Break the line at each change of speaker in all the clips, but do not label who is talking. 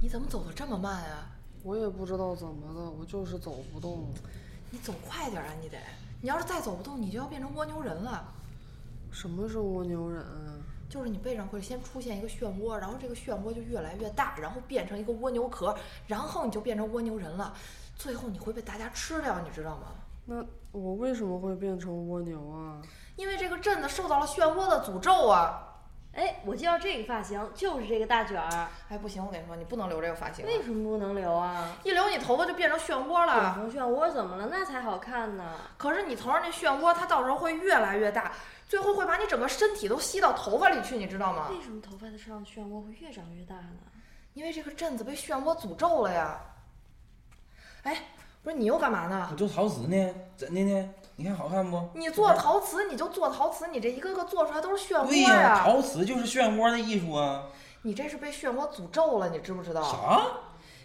你怎么走的这么慢啊？
我也不知道怎么的，我就是走不动。
你走快点啊！你得，你要是再走不动，你就要变成蜗牛人了。
什么是蜗牛人啊？
就是你背上会先出现一个漩涡，然后这个漩涡就越来越大，然后变成一个蜗牛壳，然后你就变成蜗牛人了，最后你会被大家吃掉，你知道吗？
那我为什么会变成蜗牛啊？
因为这个镇子受到了漩涡的诅咒啊！
哎，我就要这个发型，就是这个大卷儿，
哎，不行，我跟你说，你不能留这个发型啊，
为什么不能留啊？
一留你头发就变成漩涡
卷
了。
成漩涡怎么了？那才好看呢。
可是你头上那漩涡，它到时候会越来越大，最后会把你整个身体都吸到头发里去，你知道吗？
为什么头发的上的漩涡会越长越大呢？
因为这个镇子被漩涡诅咒了呀。哎，不是你又干嘛呢？
我做陶瓷呢，怎的呢？你看好看不？
你做陶瓷，你就做陶瓷，你这一个个做出来都是漩
对
涡
呀、
呀！
陶瓷就是漩涡的艺术啊。
你这是被漩涡诅咒了，你知不知道？
啥？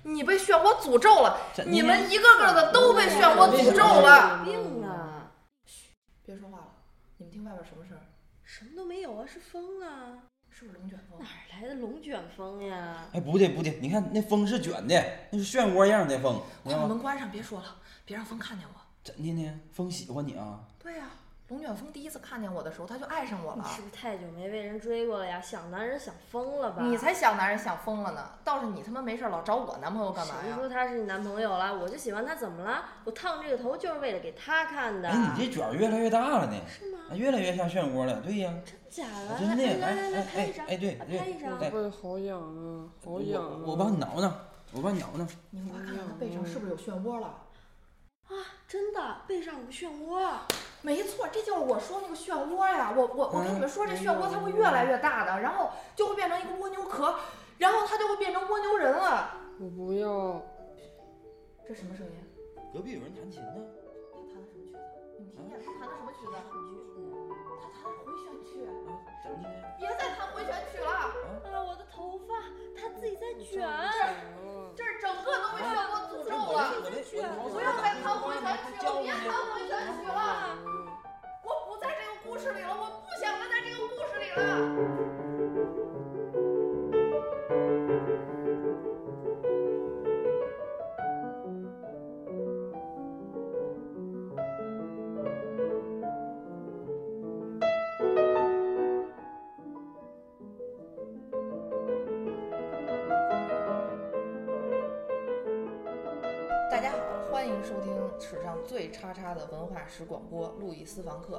你被漩涡诅咒了，
这
你
你
们一个个的都被漩涡诅咒了。
有病啊！
别说话了，你们听外边什么声儿？
什么都没有啊，是风啊！
是不是龙卷风
哪？儿来的龙卷风呀？
哎，不对不对，你看那风是卷的，那是漩涡样的风，
快把
你知道吗？
门关上，别说了，别让风看见我。
怎的呢？风喜欢你啊？
对呀、龙卷风第一次看见我的时候，他就爱上我
你
了。
是不是太久没被人追过了呀？想男人想疯了吧？
你才想男人想疯了呢，倒是你他妈没事儿老找我男朋友干嘛
谁
呀？
说他是你男朋友了？我就喜欢他，怎么了？我烫这个头就是为了给他看的。
哎，你这卷儿越来越大了呢，
是吗？
啊越来越像漩涡了。对呀、
真假的？
真的
来来来
哎
来，
哎
拍一张，
哎哎对
啊
对
拍一张。
对
背好痒啊，好
我
痒啊！
我帮你挠挠，我帮你挠挠。
你快看看他背上是不是有漩涡了？
啊真的，背上有个漩涡。
没错，这就是我说那个漩涡呀！我我我跟你们说，这漩涡它会越来越大的，然后就会变成一个蜗牛壳，然后它就会变成蜗牛人了。
我不要。
这什么声音？
隔壁有人弹琴呢。
他弹的什么曲子？你们听见他弹的什么曲子？他弹的是回旋曲，
啊，怎的呢？
别再弹回旋曲了，
啊，我的头发，它自己在卷。
这儿整个都被漩涡诅咒
我
了！
的我的我的
不要再弹回旋曲了，别弹回旋曲了！
啊
我不在这个故事里了，我不想跟在这个故事里了。大家好，欢迎收听史上最叉叉的文化史广播《路易私房课》，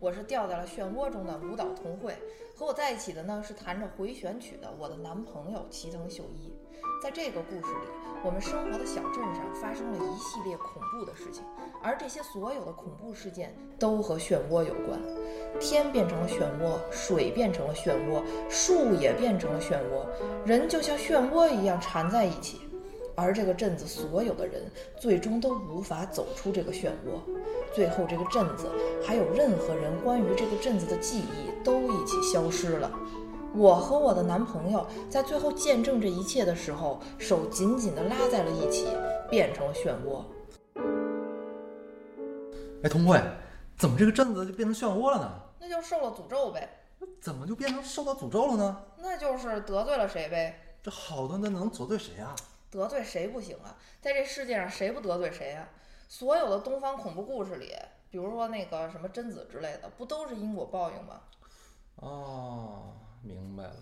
我是掉在了漩涡中的舞蹈同慧，和我在一起的呢是弹着回旋曲的我的男朋友齐藤秀一。在这个故事里，我们生活的小镇上发生了一系列恐怖的事情，而这些所有的恐怖事件都和漩涡有关。天变成了漩涡，水变成了漩涡，树也变成了漩涡，人就像漩涡一样缠在一起。而这个镇子所有的人最终都无法走出这个漩涡，最后这个镇子还有任何人关于这个镇子的记忆都一起消失了。我和我的男朋友在最后见证这一切的时候，手紧紧地拉在了一起，变成了漩涡。
哎，童慧，怎么这个镇子就变成漩涡了呢？
那就受了诅咒呗，
怎么就变成受到诅咒了呢？
那就是得罪了谁呗，
这好端端的能得罪谁啊？
得罪谁不行啊？在这世界上谁不得罪谁啊？所有的东方恐怖故事里，比如说那个什么贞子之类的，不都是因果报应吗？
哦，明白了。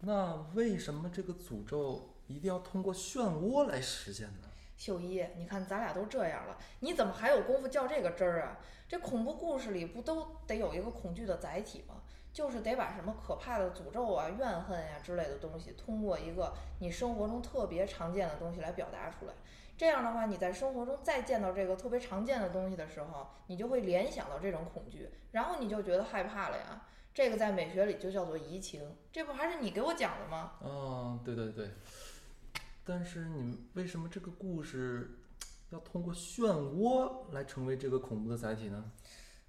那为什么这个诅咒一定要通过漩涡来实现呢？
秀一，你看咱俩都这样了，你怎么还有功夫较这个真儿啊？这恐怖故事里不都得有一个恐惧的载体吗？就是得把什么可怕的诅咒啊、怨恨呀、之类的东西，通过一个你生活中特别常见的东西来表达出来。这样的话，你在生活中再见到这个特别常见的东西的时候，你就会联想到这种恐惧，然后你就觉得害怕了呀。这个在美学里就叫做移情，这不还是你给我讲的吗？
哦，对对对。但是你们为什么这个故事要通过漩涡来成为这个恐怖的载体呢？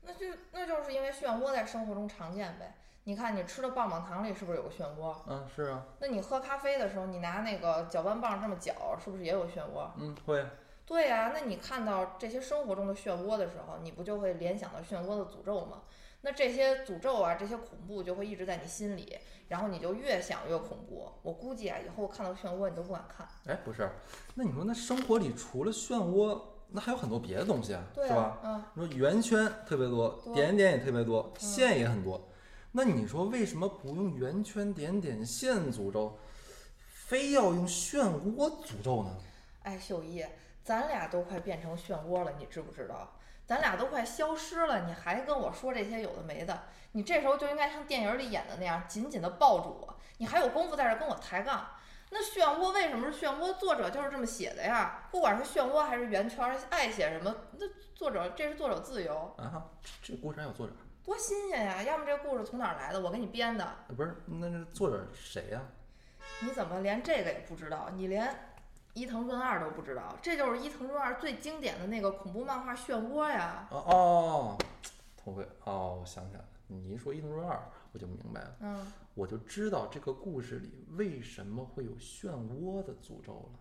那就那就是因为漩涡在生活中常见呗。你看，你吃的棒棒糖里是不是有个漩涡？
啊，是啊，
那你喝咖啡的时候，你拿那个搅拌棒这么搅，是不是也有漩涡？
嗯，会啊。
对呀、那你看到这些生活中的漩涡的时候，你不就会联想到漩涡的诅咒吗？那这些诅咒啊，这些恐怖就会一直在你心里，然后你就越想越恐怖。我估计啊，以后看到漩涡你都不敢看。
哎，不是，那你说那生活里除了漩涡，那还有很多别的东西啊，
对
是吧
啊，？嗯，
你说圆圈特别多
多，
点点也特别多，线也很多。那你说为什么不用圆圈、点点、线诅咒，非要用漩涡诅咒呢？
哎，秀一，咱俩都快变成漩涡了，你知不知道？咱俩都快消失了，你还跟我说这些有的没的，你这时候就应该像电影里演的那样，紧紧的抱住我，你还有功夫在这儿跟我抬杠？那漩涡为什么是漩涡？作者就是这么写的呀，不管是漩涡还是圆圈，爱写什么，那作者这是作者自由，
啊，这这故事还有作者？
多新鲜呀！要么这故事从哪儿来的，我给你编的，
啊不是，那这作者谁呀、
你怎么连这个也不知道？你连伊藤润二都不知道？这就是伊藤润二最经典的那个恐怖漫画《漩涡》呀。
哦哦，同辉，哦，我想起来了，你一说一同说二，我就明白了，
嗯，
我就知道这个故事里为什么会有漩涡的诅咒了。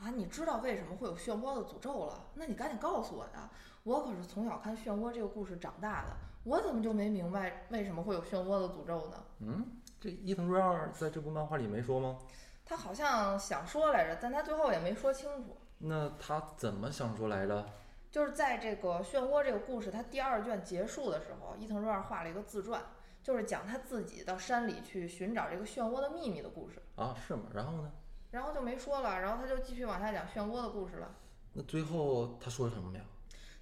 啊，你知道为什么会有漩涡的诅咒了？那你赶紧告诉我呀！我可是从小看《漩涡》这个故事长大的，我怎么就没明白为什么会有漩涡的诅咒呢？
嗯，这伊藤润二在这部漫画里没说吗？
他好像想说来着，但他最后也没说清楚。
那他怎么想出来的？
就是在这个漩涡这个故事，它第二卷结束的时候，伊藤润二画了一个自传，就是讲他自己到山里去寻找这个漩涡的秘密的故事，
啊，是吗？然后呢？
然后就没说了，然后他就继续往下讲漩涡的故事了。
那最后他说什么呀？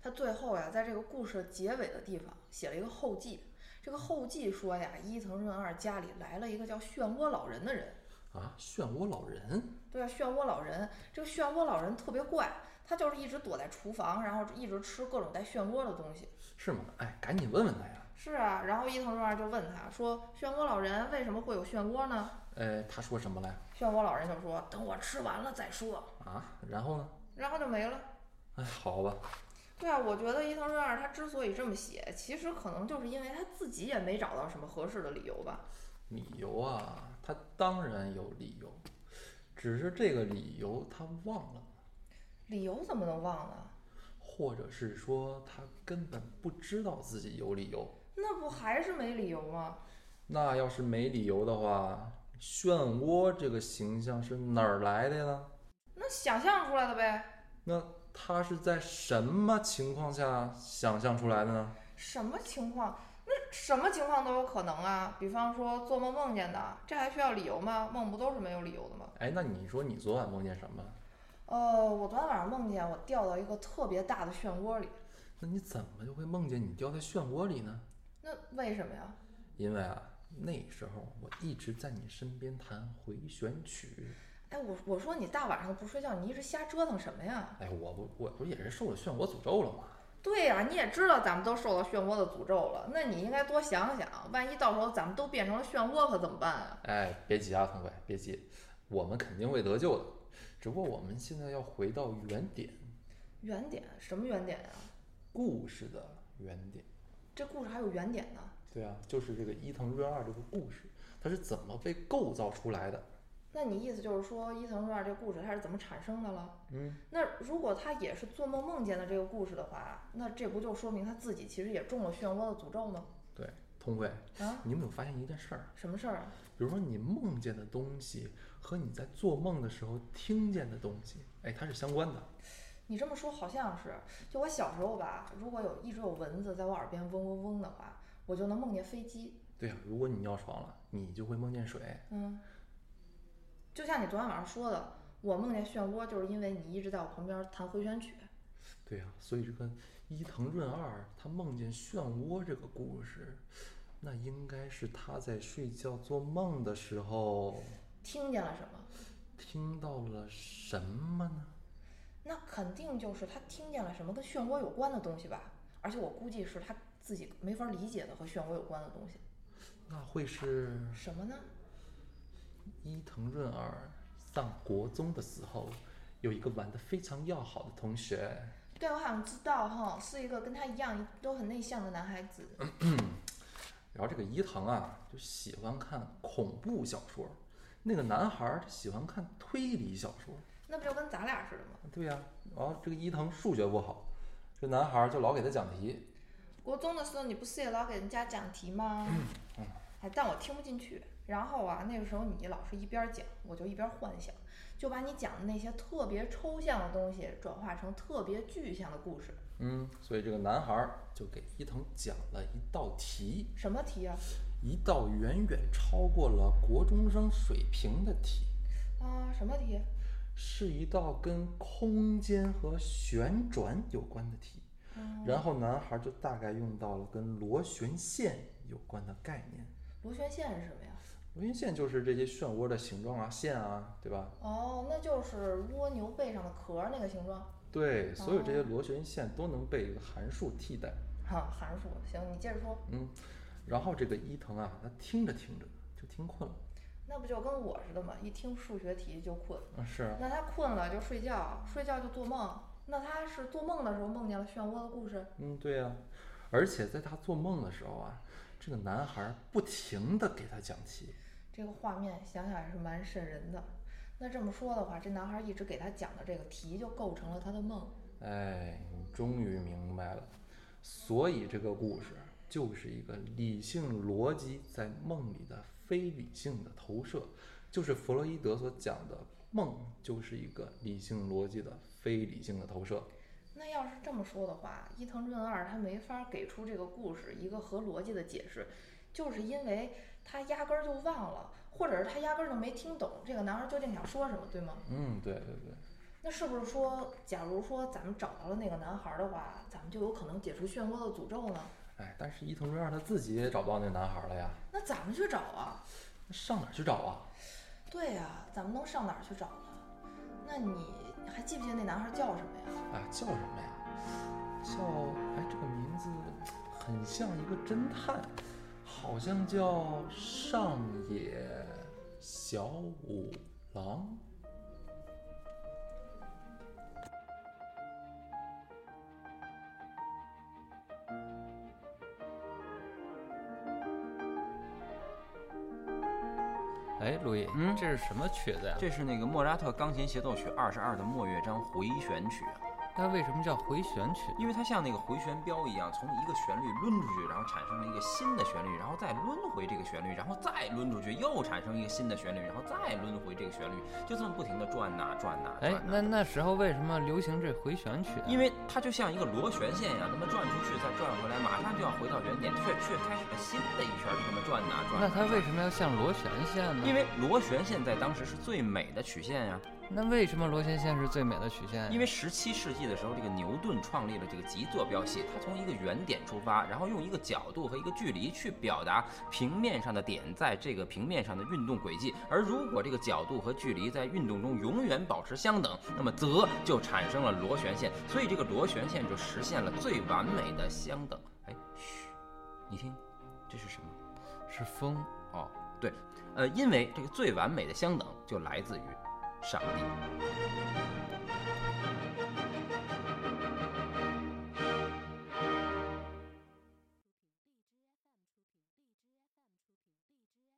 他最后呀，在这个故事结尾的地方写了一个后记，这个后记说呀，伊藤润二家里来了一个叫漩涡老人的人，
啊，漩涡老人
对啊，漩涡老人，这个漩涡老人特别怪，他就是一直躲在厨房，然后一直吃各种带漩涡的东西。
是吗？哎，赶紧问问他呀。
是啊，然后伊藤润二就问他说：“漩涡老人为什么会有漩涡呢
哎，他说什么来？”
漩涡老人就说：“等我吃完了再说。
啊？然后呢？”
然后就没了。
哎，好吧，
对啊，我觉得伊藤润二他之所以这么写，其实可能就是因为他自己也没找到什么合适的理由吧。
理由啊，他当然有理由，只是这个理由他忘了，
理由怎么能忘啊呢？
或者是说他根本不知道自己有理由。
那不还是没理由吗？
那要是没理由的话，漩涡这个形象是哪儿来的呢？
那想象出来的呗。
那他是在什么情况下想象出来的呢？
什么情况？那什么情况都有可能啊。比方说做梦梦见的，这还需要理由吗？梦不都是没有理由的吗？
哎，那你说你昨晚梦见什么？
呃，我昨天晚上梦见我掉到一个特别大的漩涡里。
那你怎么就会梦见你掉在漩涡里呢？
那为什么呀？
因为啊，那时候我一直在你身边弹回旋曲。
哎，我我说你大晚上的不睡觉，你一直瞎折腾什么呀？
哎，我不，我不也是受了漩涡诅咒了吗？
对呀、你也知道咱们都受到漩涡的诅咒了，那你应该多想想，万一到时候咱们都变成了漩涡，可怎么办啊？
哎，别急啊，腾飞，别急，我们肯定会得救的。只不过我们现在要回到原点，
原点什么原点呀、啊
故事的原点。
这故事还有原点呢。
对啊，就是这个伊藤润二这个故事，它是怎么被构造出来的？
那你意思就是说，伊藤润二这故事它是怎么产生的了？
嗯，
那如果他也是做梦梦见的这个故事的话，那这不就说明他自己其实也中了漩涡的诅咒吗？
对，通慧，
啊，
你有没有发现一件事儿？
什么事儿啊？
比如说你梦见的东西和你在做梦的时候听见的东西，哎，它是相关的。
你这么说好像是，就我小时候吧，如果有一直有蚊子在我耳边嗡嗡嗡的话，我就能梦见飞机。
对呀、如果你尿床了，你就会梦见水。
嗯，就像你昨天晚上说的，我梦见漩涡，就是因为你一直在我旁边弹回旋曲。
对呀、所以这个伊藤润二他梦见漩涡这个故事，那应该是他在睡觉做梦的时候
听见了什么？
听到了什么呢？
那肯定就是他听见了什么跟漩涡有关的东西吧？而且我估计是他自己没法理解的和漩涡有关的东西。
那会是
什么呢？
伊藤润二上国中的时候，有一个玩得非常要好的同学，
对，我好像知道哈，是一个跟他一样都很内向的男孩子。
然后这个伊藤啊，就喜欢看恐怖小说，那个男孩儿喜欢看推理小说。
那不就跟咱俩似的吗？
哦对呀、然后这个伊藤数学不好，这男孩儿就老给他讲题。
国中的时候你不是也老给人家讲题吗？哎，但我听不进去。然后啊，那个时候你老是一边儿讲，我就一边儿幻想，就把你讲的那些特别抽象的东西转化成特别具象的故事。
嗯，所以这个男孩儿就给伊藤讲了一道题，
什么题啊？
一道远远超过了国中生水平的题，
啊，什么题？
是一道跟空间和旋转有关的题。
嗯
然后男孩儿就大概用到了跟螺旋线有关的概念。
螺旋线是什么呀？
螺旋线就是这些漩涡的形状啊、线啊，对吧？
哦，那就是蜗牛背上的壳儿那个形状。
对，所有这些
哦
螺旋线都能被一个函数替代。
好，函数。行，你接着说。
嗯，然后这个伊藤啊，他听着听着就听困了。
那不就跟我似的吗？一听数学题就困。
啊，是啊，
那他困了就睡觉，睡觉就做梦。那他是做梦的时候梦见了漩涡的故事。
嗯，对呀、而且在他做梦的时候啊，这个男孩儿不停的给他讲题。
这个画面想想也是蛮瘆人的。那这么说的话，这男孩一直给他讲的这个题就构成了他的梦。
哎，你终于明白了，所以这个故事就是一个理性逻辑在梦里的非理性的投射，就是弗洛伊德所讲的梦就是一个理性逻辑的非理性的投射。
那要是这么说的话，伊藤润二他没法给出这个故事一个合逻辑的解释，就是因为他压根儿就忘了，或者是他压根儿就没听懂这个男孩究竟想说什么，对吗？
嗯，对对对。
那是不是说，假如说咱们找到了那个男孩儿的话，咱们就有可能解除漩涡的诅咒呢？
哎，但是伊藤润二他自己也找不到那男孩了呀，
那咱们去找啊。
那上哪儿去找啊？
对呀、咱们能上哪儿去找呢？那你还记不记得那男孩儿叫什么呀？
啊，叫什么呀？叫哎，这个名字很像一个侦探，好像叫上野小五郎。
哎，陆毅，
嗯
这是什么曲子呀、
这是那个莫扎特钢琴协奏曲二十二的末乐章回旋曲啊，
它为什么叫回旋曲？
因为它像那个回旋镖一样，从一个旋律抡出去，然后产生了一个新的旋律，然后再抡回这个旋律，然后再抡出去，又产生一个新的旋律，然后再抡回这个旋律，就这么不停的转呐、转呐、
哎
转，呐、
那那时候为什么流行这回旋曲、啊？
因
为
为它就像一个螺旋线一样，那么转出去再转回来，马上就要回到原点，却却开始了新的一圈，就这么转呐、转
那
呐。
它为什么要像螺旋线呢？
因为螺旋线在当时是最美的曲线啊呀、
那为什么螺旋线是最美的曲线呀、
因为十七世纪的时候，这个牛顿创立了这个极坐标系，他从一个原点出发，然后用一个角度和一个距离去表达平面上的点在这个平面上的运动轨迹。而如果这个角度和距离在运动中永远保持相等，那么则就产生了螺旋线，所以这个螺旋线就实现了最完美的相等。哎，嘘，你听，这是什么？
是风。
哦，对，呃，因为这个最完美的相等就来自于上帝。